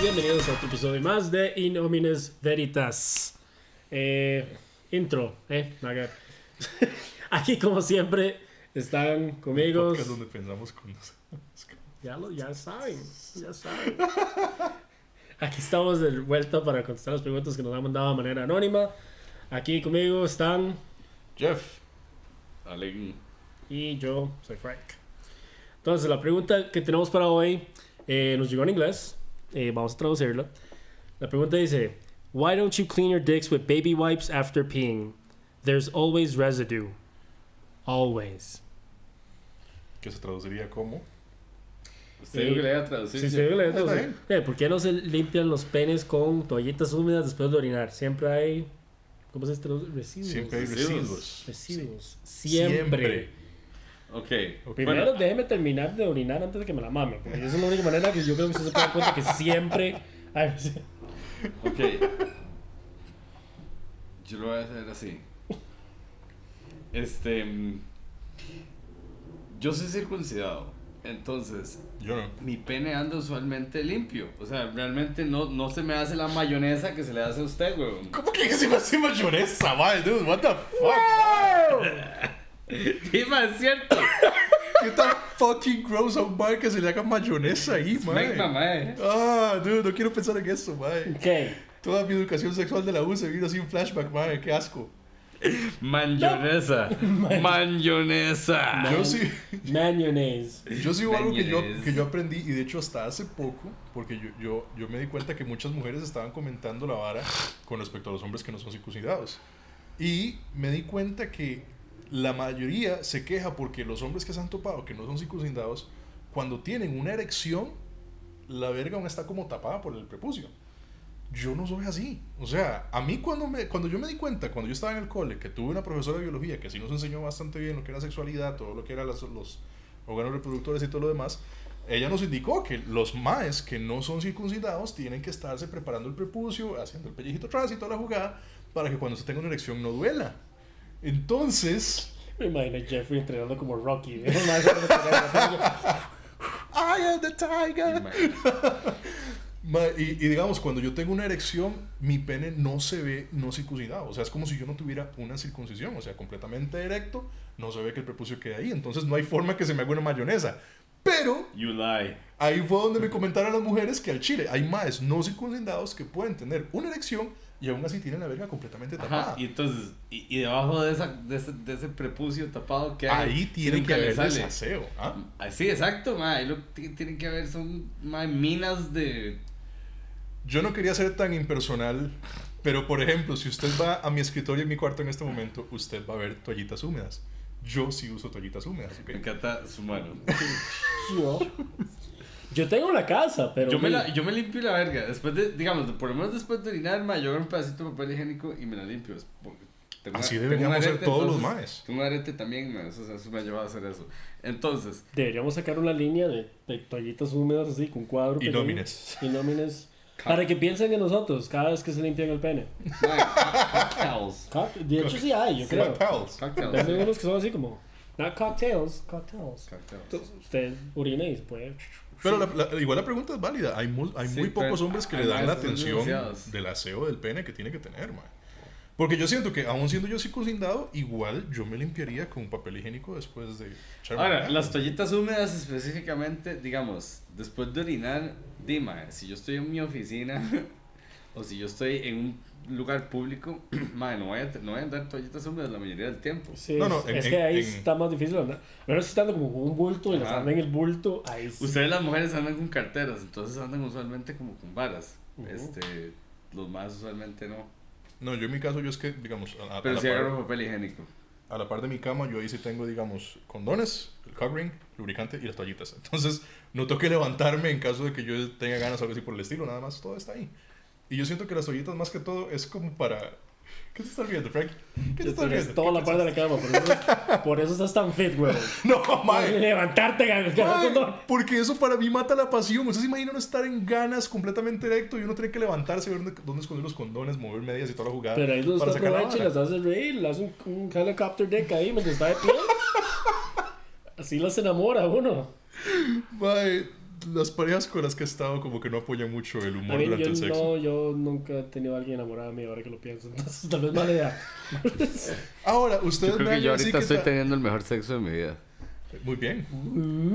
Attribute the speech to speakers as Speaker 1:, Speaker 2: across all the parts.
Speaker 1: bienvenidos a otro episodio más de In Homines Veritas. Eh, intro, eh, Nagar. Aquí, como siempre, están conmigo.
Speaker 2: podcast donde pensamos con los...
Speaker 1: Ya, lo, ya saben, ya saben. Aquí estamos de vuelta para contestar las preguntas que nos han mandado de manera anónima. Aquí conmigo están
Speaker 2: Jeff. Alegui.
Speaker 1: y yo soy Frank. Entonces, la pregunta que tenemos para hoy eh, nos llegó en inglés. Eh, vamos a traducirla. La pregunta dice: Why don't you clean your dicks with baby wipes after peeing? There's always residue. Always.
Speaker 2: Que se traduciría como...
Speaker 3: Usted dijo que le iba a traducir.
Speaker 1: Sí,
Speaker 3: sí.
Speaker 1: sí, yo le-
Speaker 2: Está
Speaker 1: o sea,
Speaker 2: bien.
Speaker 1: eh, ¿Por qué no se limpian los penes con toallitas húmedas después de orinar? Siempre hay. ¿Cómo se traduce? Residuos.
Speaker 2: Siempre hay
Speaker 3: Residuos.
Speaker 2: residuos.
Speaker 1: Residuos. Siempre.
Speaker 3: Ok.
Speaker 1: Primero,
Speaker 3: Bueno,
Speaker 1: déjeme terminar de orinar antes de que me la mame. Porque esa es la única manera que yo creo que usted se puede dar cuenta que siempre. hay residuos.
Speaker 3: ok. Yo lo voy a hacer así. Este. mm, Yo soy circuncidado. Entonces,
Speaker 2: Yo no.
Speaker 3: mi pene anda usualmente limpio. O sea, realmente no, no se me hace la mayonesa que se le hace a usted, weón.
Speaker 2: ¿Cómo que se me hace mayonesa, mae? Dude, what the fuck?
Speaker 3: Sí, ma, es cierto.
Speaker 2: ¿Qué tan fucking gross a un mae que se le haga mayonesa ahí, mae?
Speaker 3: Venga, eh. mae.
Speaker 2: Ah, dude, no quiero pensar en eso, mae.
Speaker 1: Ok.
Speaker 2: Toda mi educación sexual de la U se vino así un flashback, mae. Qué asco.
Speaker 3: Mayonesa. Mayonesa.
Speaker 2: Yo sí...
Speaker 1: Mayonnaise.
Speaker 2: Yo sí hubo algo que yo,
Speaker 3: Beñez.
Speaker 2: que yo aprendí y de hecho hasta hace poco, porque yo, yo, yo me di cuenta que muchas mujeres estaban comentando la vara con respecto a los hombres que no son circuncidados. Y me di cuenta que la mayoría se queja porque los hombres que se han topado que no son circuncidados, cuando tienen una erección, la verga aún está como tapada por el prepucio. Yo no soy así. O sea, a mí cuando, me, cuando yo me di cuenta, cuando yo estaba en el cole, que tuve una profesora de biología que sí nos enseñó bastante bien lo que era sexualidad, todo lo que eran las- los órganos reproductores y todo lo demás, ella nos indicó que los maes que no son circuncidados tienen que estarse preparando el prepucio, haciendo el pellejito atrás y toda la jugada para que cuando se tenga una erección no duela. Entonces...
Speaker 1: Me imagino a Jeffrey entrenando como Rocky. ¿eh? Más o menos.
Speaker 2: I am the tiger. Ma- y, y digamos, cuando yo tengo una erección, mi pene no se ve no circuncidado. O sea, es como si yo no tuviera una circuncisión. O sea, completamente erecto, no se ve que el prepucio quede ahí. Entonces no hay forma que se me haga una mayonesa. Pero
Speaker 3: You lie.
Speaker 2: ahí fue donde me comentaron las mujeres que al chile hay maes no circuncidados que pueden tener una erección y aún así tienen la verga completamente tapada.
Speaker 3: Ajá, y entonces, y, y debajo de, esa, de, ese, de ese prepucio tapado que hay,
Speaker 2: Ahí tiene que
Speaker 3: le
Speaker 2: haber
Speaker 3: sale.
Speaker 2: desaseo. ¿ah?
Speaker 3: Ah, Sí, exacto, ma, ahí lo que ti- tienen que haber son ma, minas de...
Speaker 2: Yo no quería ser tan impersonal, pero por ejemplo, si usted va a mi escritorio en mi cuarto en este momento, usted va a ver toallitas húmedas. Yo sí uso toallitas húmedas,
Speaker 3: Me
Speaker 2: ¿ok?
Speaker 3: encanta su mano.
Speaker 1: Yo. Yo tengo la casa, pero.
Speaker 3: Yo me, la- yo me limpio la verga. Después de, digamos, de- por lo menos después de orinar, ma, yo agarro un pedacito de papel higiénico y me la limpio. Es porque tengo
Speaker 2: Así
Speaker 3: una-
Speaker 2: deberíamos
Speaker 3: tengo un
Speaker 2: ser todos los
Speaker 3: entonces-
Speaker 2: maes.
Speaker 3: Tengo un arete también, ma, eso, o sea, eso me ha llevado a hacer eso. Entonces,
Speaker 1: Deberíamos sacar una línea de, de toallitas húmedas así, con cuadro.
Speaker 2: Y
Speaker 1: pequeño.
Speaker 2: nómines.
Speaker 1: Y nómines. Para que piensen en nosotros cada vez que se limpian el pene.
Speaker 3: ma, cocktails.
Speaker 1: Cock- De hecho, sí hay, yo creo.
Speaker 2: What else?
Speaker 3: Cocktails.
Speaker 1: Venden unos que son así como. Not cocktails, cocktails.
Speaker 3: Cocktails.
Speaker 1: Usted orina y se puede.
Speaker 2: Pero la- la- igual la pregunta es válida. Hay, mul- hay
Speaker 3: Sí,
Speaker 2: muy pocos
Speaker 3: pero
Speaker 2: hombres que
Speaker 3: hay
Speaker 2: le dan
Speaker 3: maes
Speaker 2: la
Speaker 3: que son
Speaker 2: atención
Speaker 3: desgraciados.
Speaker 2: del aseo del pene que tiene que tener, man. Porque yo siento que, aún siendo yo circuncindado, igual yo me limpiaría con un papel higiénico después de echarme
Speaker 3: Ahora,
Speaker 2: la-
Speaker 3: las toallitas húmedas específicamente, digamos, después de orinar, dime, si yo estoy en mi oficina o si yo estoy en un lugar público, madre, no voy a, no voy a andar toallitas húmedas la mayoría del tiempo.
Speaker 1: Sí,
Speaker 2: No, no,
Speaker 1: es,
Speaker 2: en-
Speaker 1: es
Speaker 2: en-
Speaker 1: que ahí
Speaker 2: en-
Speaker 1: está más difícil andar. Pero si estando como con un bulto y las
Speaker 3: Ajá.
Speaker 1: andan en el bulto, ahí sí.
Speaker 3: Ustedes las mujeres andan con carteras, entonces andan usualmente como con varas.
Speaker 1: Ujú.
Speaker 3: Este, los más usualmente no.
Speaker 2: No, yo en mi caso, yo es que, digamos, a- a- a
Speaker 3: Pero
Speaker 2: la
Speaker 3: si
Speaker 2: par-
Speaker 3: agarro papel higiénico.
Speaker 2: a la par de mi cama, yo ahí sí tengo, digamos, condones, el cock ring, lubricante y las toallitas. Entonces, no tengo que levantarme en caso de que yo tenga ganas o algo así por el estilo, nada más todo está ahí. Y yo siento que las toallitas, más que todo, es como para. ¿Qué te estás viendo, Frank? ¿Qué te
Speaker 1: Yo
Speaker 2: estás
Speaker 1: tenés
Speaker 2: viendo?
Speaker 1: toda
Speaker 2: ¿Qué
Speaker 1: la parte de la cama, por eso, por eso estás tan fit, güey.
Speaker 2: piensas? No, mae.
Speaker 1: Levantarte, ganas
Speaker 2: Mae, Porque eso para mí mata la pasión. Ustedes se imaginan estar en ganas completamente erecto y uno tiene que levantarse, ver dónde, dónde esconder los condones, mover medias y toda la jugada.
Speaker 1: Pero ahí es donde
Speaker 2: para
Speaker 1: usted
Speaker 2: sacar la
Speaker 1: aprovecha y
Speaker 2: vara.
Speaker 1: las hace reír, le hace un, un helicopter deck ahí mientras está de pie. Así las enamora uno.
Speaker 2: Mae, las parejas con las que he estado como que no apoyan mucho el humor
Speaker 1: A mí,
Speaker 2: durante el
Speaker 1: yo,
Speaker 2: sexo.
Speaker 1: no, yo nunca he tenido a alguien enamorado de mí ahora que lo pienso. Entonces, tal vez mala idea.
Speaker 2: Ahora,
Speaker 3: Yo
Speaker 2: ustedes
Speaker 3: creo
Speaker 2: me
Speaker 3: que yo ahorita estoy
Speaker 2: está-
Speaker 3: teniendo el mejor sexo de mi vida.
Speaker 2: Muy bien.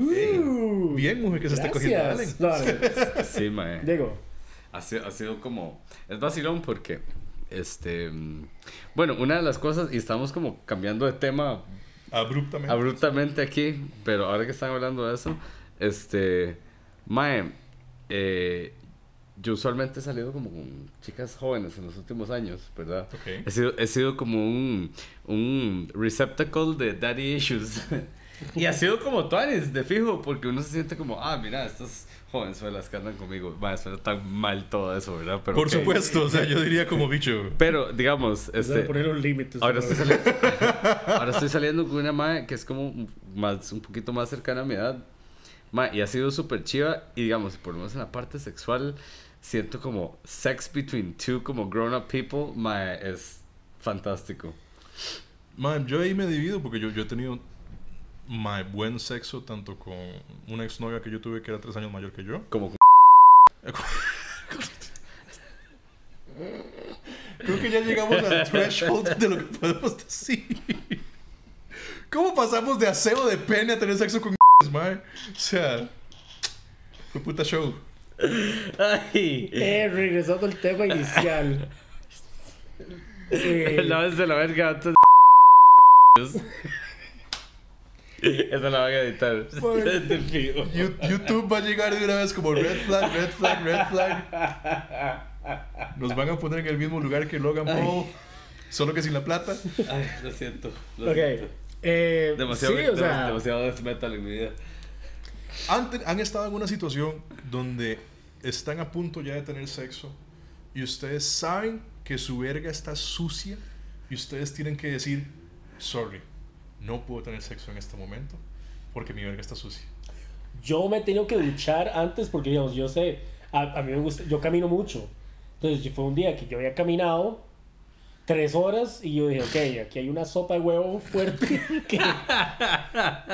Speaker 1: Uh,
Speaker 2: Bien, mujer, que se está cogiendo a Allen.
Speaker 1: gracias. No, no,
Speaker 3: Sí, mae.
Speaker 1: no. Diego,
Speaker 3: Ha sido, ha sido como. Es vacilón porque. Este. mm, Bueno, una de las cosas, y estamos como cambiando de tema
Speaker 2: Abruptamente.
Speaker 3: abruptamente aquí, pero ahora que están hablando de eso, este. Mae, eh, yo usualmente he salido como con chicas jóvenes en los últimos años, ¿verdad?
Speaker 2: Ok.
Speaker 3: He sido, he sido como un, un receptacle de daddy issues. y ha sido como tuanis, de fijo, porque uno se siente como, ah, mira, estas jovenzuelas que andan conmigo. Mae, suena tan mal todo eso, ¿verdad? Pero,
Speaker 2: Por
Speaker 3: ok.
Speaker 2: supuesto, o sea, yo diría como bicho.
Speaker 3: Pero, digamos,
Speaker 1: este,
Speaker 3: este.
Speaker 1: poner un límite.
Speaker 3: Ahora
Speaker 1: sí.
Speaker 3: estoy, saliendo, ahora estoy saliendo con una madre que es como un- más, un poquito más cercana a mi edad. Mae, y ha sido súper chiva. Y digamos, por lo menos en la parte sexual, siento como sex between two como grown up people. Mae, es fantástico.
Speaker 2: Man, yo ahí me divido porque yo, yo he tenido my buen sexo tanto con una exnovia que yo tuve que era tres años mayor que yo.
Speaker 3: Como con-
Speaker 2: Creo que ya llegamos al threshold de lo que podemos decir. ¿Cómo pasamos de aseo de pene a tener sexo con mae? O sea, fue puta show.
Speaker 3: ¡Ay!
Speaker 1: Eh, regresando al tema inicial. Eh,
Speaker 3: La vez de la verga antes de. Esa la van a editar.
Speaker 2: Mae.
Speaker 3: De fijo.
Speaker 2: You- YouTube va a llegar de una vez como red flag, red flag, red flag. Nos van a poner en el mismo lugar que Logan Paul, solo que sin la plata.
Speaker 3: Ay, lo siento. Lo
Speaker 1: ok.
Speaker 3: siento.
Speaker 1: Eh,
Speaker 3: Demasiado,
Speaker 1: sí, o sea,
Speaker 3: demasiado death metal en mi vida.
Speaker 2: han, te- han estado en una situación donde están a punto ya de tener sexo y ustedes saben que su verga está sucia y ustedes tienen que decir, sorry, no puedo tener sexo en este momento porque mi verga está sucia.
Speaker 1: yo me he tenido que duchar antes porque, digamos, yo sé, a, a mí me gusta, yo camino mucho. Entonces, yo- fue un día que yo había caminado tres horas y yo dije, ok, aquí hay una sopa de huevo fuerte que,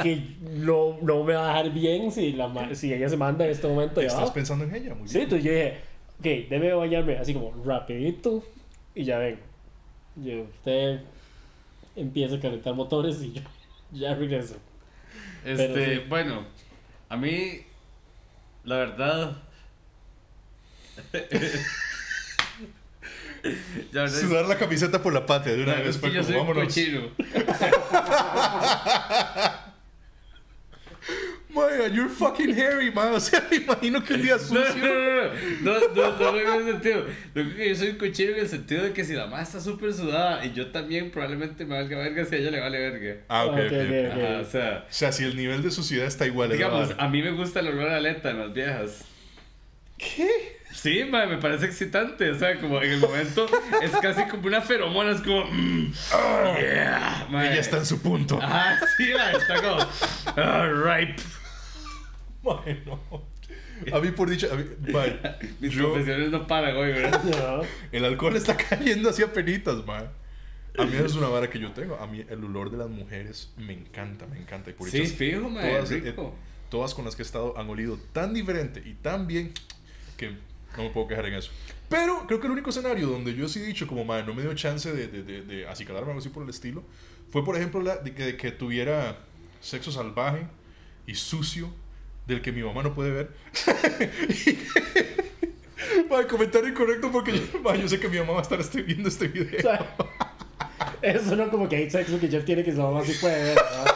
Speaker 1: que no, no me va a dejar bien si, la, ma- si ella se manda en este momento. de
Speaker 2: Estás
Speaker 1: abajo".
Speaker 2: pensando en ella, muy
Speaker 1: Sí,
Speaker 2: bien.
Speaker 1: entonces yo dije, ok, déme bañarme así como rapidito y ya vengo. Yo, usted empieza a calentar motores y yo ya regreso.
Speaker 3: Este,
Speaker 1: Pero sí.
Speaker 3: bueno, a mí, la verdad. la verdad es-
Speaker 2: Sudar la camiseta por la patria de
Speaker 3: la
Speaker 2: una
Speaker 3: verdad
Speaker 2: vez,
Speaker 3: es que
Speaker 2: fue
Speaker 3: yo
Speaker 2: como,
Speaker 3: soy un
Speaker 2: vámonos.
Speaker 3: cochino.
Speaker 2: Maya, you're fucking hairy, man. O sea, me imagino que un día
Speaker 3: No, no,
Speaker 2: sucio.
Speaker 3: no, no, no, no, no, no, en ese sentido. Lo que yo soy un cochino en el sentido de que si la madre está súper sudada y yo también probablemente me valga verga si a ella le vale verga.
Speaker 2: Ah, ok,
Speaker 1: Ah, ok,
Speaker 2: ok, ok.
Speaker 1: ok.
Speaker 3: Ajá, o sea,
Speaker 2: O sea, si el nivel de suciedad está igual. es la
Speaker 3: digamos,
Speaker 2: vara.
Speaker 3: a mí me gusta el olor a aleta en las viejas.
Speaker 2: ¿Qué?
Speaker 3: Sí, mae, me parece excitante. O sea, como en el momento es casi como una feromona, es como. mm, oh, yeah, mae.
Speaker 2: Ella está en su punto.
Speaker 3: Ah, sí, mae, está como. ah, ripe.
Speaker 2: Bueno. A mí por dicho, a mí, mae,
Speaker 3: Mis
Speaker 2: yo-
Speaker 3: profesiones no paran hoy, ¿verdad?
Speaker 1: No,
Speaker 2: el alcohol está cayendo hacia penitas, man. A mí es una vara que yo tengo. A mí el olor de las mujeres me encanta, me encanta. Y por
Speaker 3: Sí,
Speaker 2: dichas,
Speaker 3: fijo, mae,
Speaker 2: eh,
Speaker 3: rico.
Speaker 2: todas con las que he estado han olido tan diferente y tan bien que no me puedo quejar en eso. Pero creo que el único escenario donde yo sí he dicho, como, madre, no me dio chance de, de, de, de acicalarme o algo así por el estilo, fue, por ejemplo, la de que, de que tuviera sexo salvaje y sucio del que mi mamá no puede ver. Mae, comentario incorrecto porque yo, mae, yo sé que mi mamá va a estar este- viendo este video.
Speaker 1: o sea, eso no como que hay sexo que ya tiene que su mamá sí puede ver. No,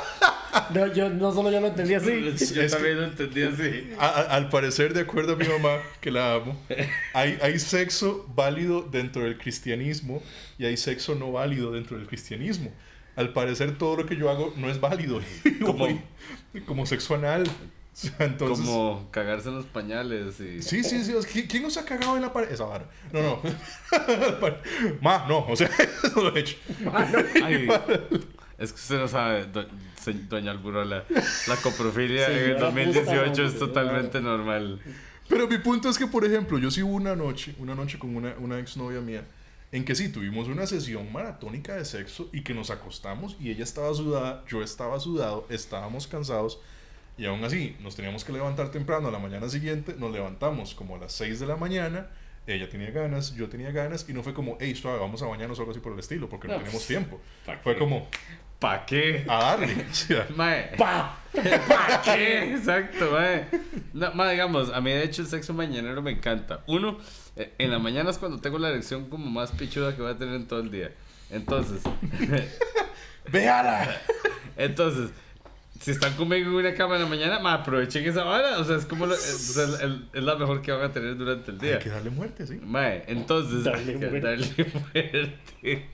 Speaker 1: No, yo no solo yo lo entendí así.
Speaker 3: Yo
Speaker 2: Es que-
Speaker 3: también lo entendí así.
Speaker 2: A- a- al parecer, de acuerdo a mi mamá, que la amo, hay, hay sexo válido dentro del cristianismo y hay sexo no válido dentro del cristianismo. Al parecer, todo lo que yo hago no es válido.
Speaker 3: Como-
Speaker 2: Como, como sexo anal. O sea, entonces...
Speaker 3: Como cagarse en los pañales y.
Speaker 2: Sí, sí, sí. o sea, ¿qui- ¿Quién nos ha cagado en la pared? Esa vara. No, no. Más, no. O sea, eso lo he hecho.
Speaker 3: Ay, es que usted no sabe, do- se- doña Alburola. La coprofilia
Speaker 1: Sí,
Speaker 3: en el
Speaker 1: ahora
Speaker 3: 2018 es
Speaker 1: justamente,
Speaker 3: totalmente normal.
Speaker 2: Pero mi punto es que, por ejemplo, yo sí hubo una noche, una noche con una, una exnovia mía, en que sí tuvimos una sesión maratónica de sexo y que nos acostamos y ella estaba sudada, yo estaba sudado, estábamos cansados Y aún así, nos teníamos que levantar temprano a la mañana siguiente, nos levantamos como a las 6 de la mañana, ella tenía ganas, yo tenía ganas, y no fue como, hey, suave, vamos a bañarnos o algo así por el estilo, porque no,
Speaker 3: No,
Speaker 2: tenemos
Speaker 3: pues,
Speaker 2: tiempo.
Speaker 3: ¿pa'
Speaker 2: Fue
Speaker 3: qué?
Speaker 2: como,
Speaker 3: ¿Para qué?
Speaker 2: a darle. o sea,
Speaker 3: Mae,
Speaker 1: ¡Pa!
Speaker 3: ¿Para qué? Exacto, mae. No, mae, digamos, a mí de hecho el sexo mañanero me encanta. Uno, eh, en la mañana es cuando tengo la erección como más pichuda que voy a tener en todo el día. Entonces,
Speaker 2: ¡Véala!
Speaker 3: entonces, si están conmigo en una cama en la mañana, mae, aprovechen esa hora. O sea, es como lo- es, o sea, el- el- es la mejor que van a tener durante el
Speaker 2: Hay
Speaker 3: día.
Speaker 2: que darle muerte, sí.
Speaker 3: Mae, entonces,
Speaker 1: Dale
Speaker 3: hay que
Speaker 1: muerte.
Speaker 3: darle muerte.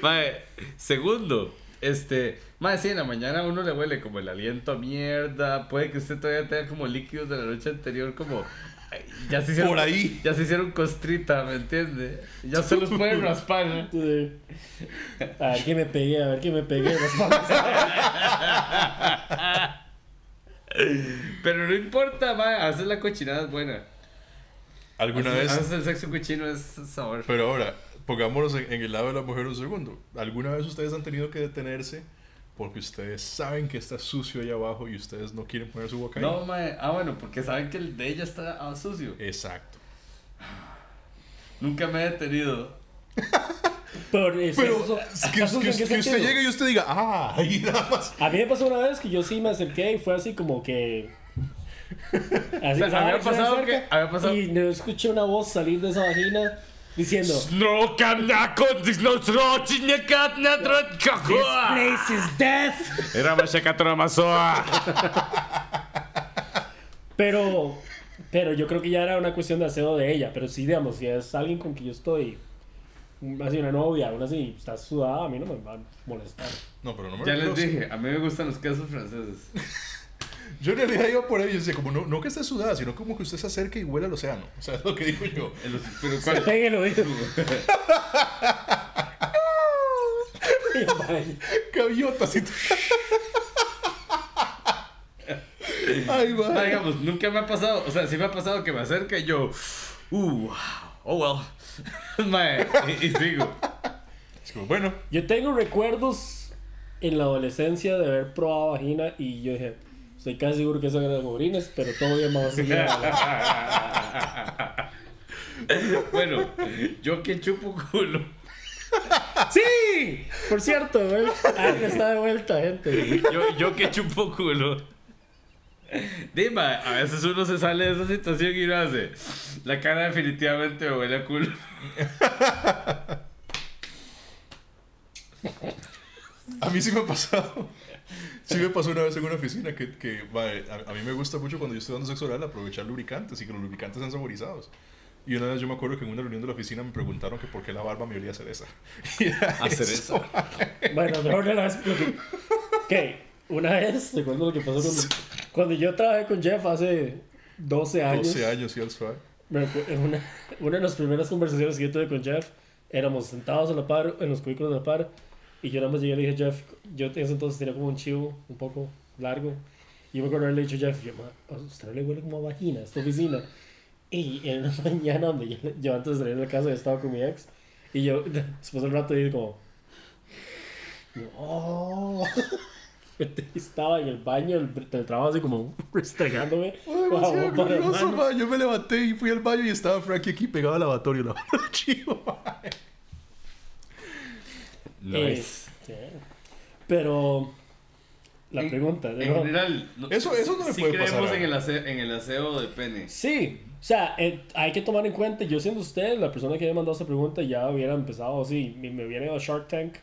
Speaker 3: Mae, segundo, este, mae, sí, en la mañana a uno le huele como el aliento a mierda, puede que usted todavía tenga como líquidos de la noche anterior como ay, ya se hicieron
Speaker 2: Por ahí.
Speaker 3: ya se hicieron costrita, ¿me entiende? Ya se los pueden raspar. ¿no?
Speaker 1: Sí. A ver qué me pegué, a ver qué me pegué.
Speaker 3: Pero no importa, mae, a veces la cochinada es buena.
Speaker 2: Alguna
Speaker 3: a veces, a
Speaker 2: vez.
Speaker 3: veces el sexo cochino es sabor.
Speaker 2: Pero ahora, pongámonos en, en el lado de la mujer un segundo. ¿Alguna vez ustedes han tenido que detenerse porque ustedes saben que está sucio ahí abajo y ustedes no quieren poner su boca ahí?
Speaker 3: No, mae, ah bueno, porque saben que el de ella está ah, sucio.
Speaker 2: Exacto.
Speaker 3: Nunca me he detenido.
Speaker 1: Pero, eh,
Speaker 2: Pero
Speaker 1: eso-
Speaker 2: es que,
Speaker 1: ¿acaso
Speaker 2: que-
Speaker 1: en qué
Speaker 2: que usted
Speaker 1: sentido?
Speaker 2: llegue y usted diga, ah, ahí nada más.
Speaker 1: A mí me pasó una vez que yo sí me acerqué y fue así como que. Así,
Speaker 3: O sea, había
Speaker 1: ah, se me
Speaker 3: pasado
Speaker 1: acerca,
Speaker 3: que- había pasado-
Speaker 1: Y no escuché una voz salir de esa vagina diciendo:
Speaker 3: No,
Speaker 1: Place is death.
Speaker 3: Era
Speaker 1: Pero, pero yo creo que ya era una cuestión de aseo de ella. Pero sí, digamos, si es alguien con quien yo estoy, un- así una novia, aún así, está sudada, a mí no me va a molestar.
Speaker 2: No, pero no me
Speaker 3: Ya les
Speaker 2: refiero a-
Speaker 3: dije, a mí me gustan los quesos franceses.
Speaker 2: Yo en realidad iba por ahí y decía, como no, no que esté sudada, sino como que usted se acerque y huele al océano. O sea, es lo que digo yo.
Speaker 3: En los- Pero ¿cuál?
Speaker 1: Pega el oído. Vaya.
Speaker 2: Gaviotas y tú. Ay,
Speaker 3: Ah,
Speaker 2: va.
Speaker 3: digamos, nunca me ha pasado. O sea, sí me ha pasado que me acerca y yo. Uh, wow, oh well. Mae, y, y sigo.
Speaker 2: Es como, bueno,
Speaker 1: Yo tengo recuerdos en la adolescencia de haber probado vagina y yo dije, estoy casi seguro que son eran orines, pero todo bien vamos a seguir. adelante".
Speaker 3: Bueno, yo que chupo culo.
Speaker 1: ¡Sí! Por cierto, güey, alguien está de vuelta, gente.
Speaker 3: Yo, yo que chupo culo. Dime, a veces uno se sale de esa situación y uno hace. La cara definitivamente me huele a culo.
Speaker 2: a mí sí me ha pasado. Sí me pasó una vez en una oficina que, que mae, a, a mí me gusta mucho cuando yo estoy dando sexo oral aprovechar lubricantes y que los lubricantes sean saborizados. Y una vez yo me acuerdo que en una reunión de la oficina me preguntaron que por qué la barba me olía a cereza. Y era
Speaker 3: A cereza.
Speaker 2: eso.
Speaker 1: Bueno, mejor no la vez. Ok, una vez, recuerdo lo que pasó cuando, cuando yo trabajé con Jeff hace 12 años.
Speaker 2: 12 años, sí, al suave.
Speaker 1: Me recu- pues, en una, una de las primeras conversaciones que yo tuve con Jeff, éramos sentados a la par, en los cubículos a la par, y yo nada más llegué y le dije, Jeff, yo en ese entonces tenía como un chivo un poco largo, y yo me acuerdo haberle dicho, Jeff, yo, "Ma, a usted no le huele como a vagina a esta oficina. Y en una mañana donde yo, yo antes de salir de la casa yo estaba con mi ex, y yo después de un rato dije como, no. Estaba en el baño del, del trabajo así como restregándome.
Speaker 2: Fue demasiado
Speaker 1: con las
Speaker 2: curioso,
Speaker 1: manos.
Speaker 2: ma. Yo me levanté y fui al baño y estaba Frankie aquí pegado al lavatorio. La chivo, ma.
Speaker 1: Eh, sí. Pero la
Speaker 3: En-
Speaker 1: pregunta, de
Speaker 3: En
Speaker 1: nuevo.
Speaker 3: general, no-
Speaker 2: Eso- eso no le
Speaker 3: sí
Speaker 2: puede
Speaker 3: creemos
Speaker 2: pasar a-
Speaker 3: En, el aseo, en el aseo de pene.
Speaker 1: Sí, o sea, eh, hay que tomar en cuenta, yo siendo usted, la persona que había mandado esa pregunta ya hubiera empezado así, me, me hubiera ido a Shark Tank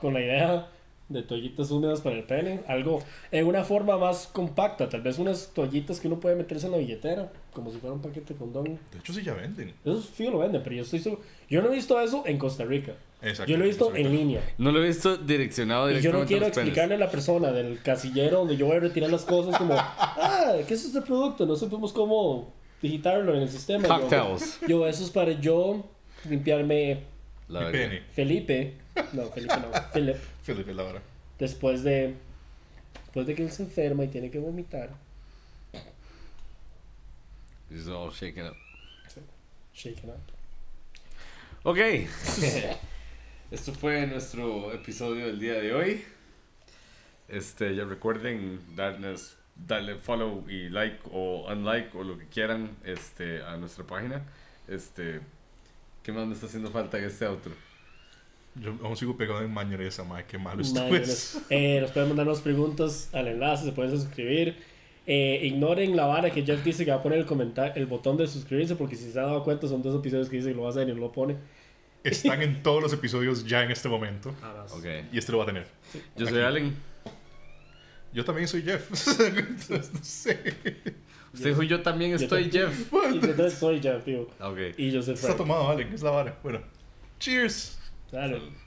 Speaker 1: con la idea de toallitas húmedas para el pene, algo en una forma más compacta, tal vez unas toallitas que uno puede meterse en la billetera, como si fuera un paquete de condón.
Speaker 2: De hecho, sí ya venden.
Speaker 1: Eso sí lo venden, pero yo estoy seguro- yo no he visto eso en Costa Rica.
Speaker 2: Exacto,
Speaker 1: Yo lo he visto
Speaker 2: exacto.
Speaker 1: en línea.
Speaker 3: No lo he visto direccionado
Speaker 1: Y yo no
Speaker 3: directamente
Speaker 1: quiero
Speaker 3: a los penes.
Speaker 1: explicarle a la persona del casillero donde yo voy a retirar las cosas como, ah, ¿qué es este producto? No supimos cómo digitarlo en el sistema. Yo-
Speaker 3: Cocktails.
Speaker 1: Yo, eso es para yo limpiarme
Speaker 3: La
Speaker 2: Y
Speaker 3: verga.
Speaker 2: Penny.
Speaker 1: Felipe. No, Felipe no, Philip.
Speaker 2: Felipe Lara.
Speaker 1: Después de, después de que él se enferma y tiene que vomitar.
Speaker 3: It's all shaken up.
Speaker 1: Shaken up.
Speaker 3: Ok. Esto fue nuestro episodio del día de hoy. Este, ya recuerden darles, darle follow y like o unlike o lo que quieran este, a nuestra página. Este, ¿Qué más me está haciendo falta en este outro?
Speaker 2: Yo aún sigo pegado en mañoresa, madre. Qué malo esto
Speaker 1: Madre,
Speaker 2: es.
Speaker 1: nos- eh, nos pueden mandarnos preguntas al enlace, se pueden suscribir. Eh, ignoren la vara que Jeff dice que va a poner el, comentar, el botón de suscribirse porque si se han dado cuenta son dos episodios que dice que lo va a hacer y no lo pone.
Speaker 2: Están en todos los episodios ya en este momento.
Speaker 3: Ok.
Speaker 2: Y este lo va a tener.
Speaker 3: Yo soy Allen.
Speaker 2: Yo también soy Jeff. Entonces, no sé.
Speaker 3: Usted dijo yo también estoy Jeff.
Speaker 1: Y entonces soy Jeff, tío.
Speaker 3: Ok.
Speaker 1: Y yo soy
Speaker 2: Está
Speaker 1: Frank.
Speaker 2: tomado, Alec. Es la vara. Bueno. Cheers.
Speaker 1: Dale.
Speaker 3: Salud.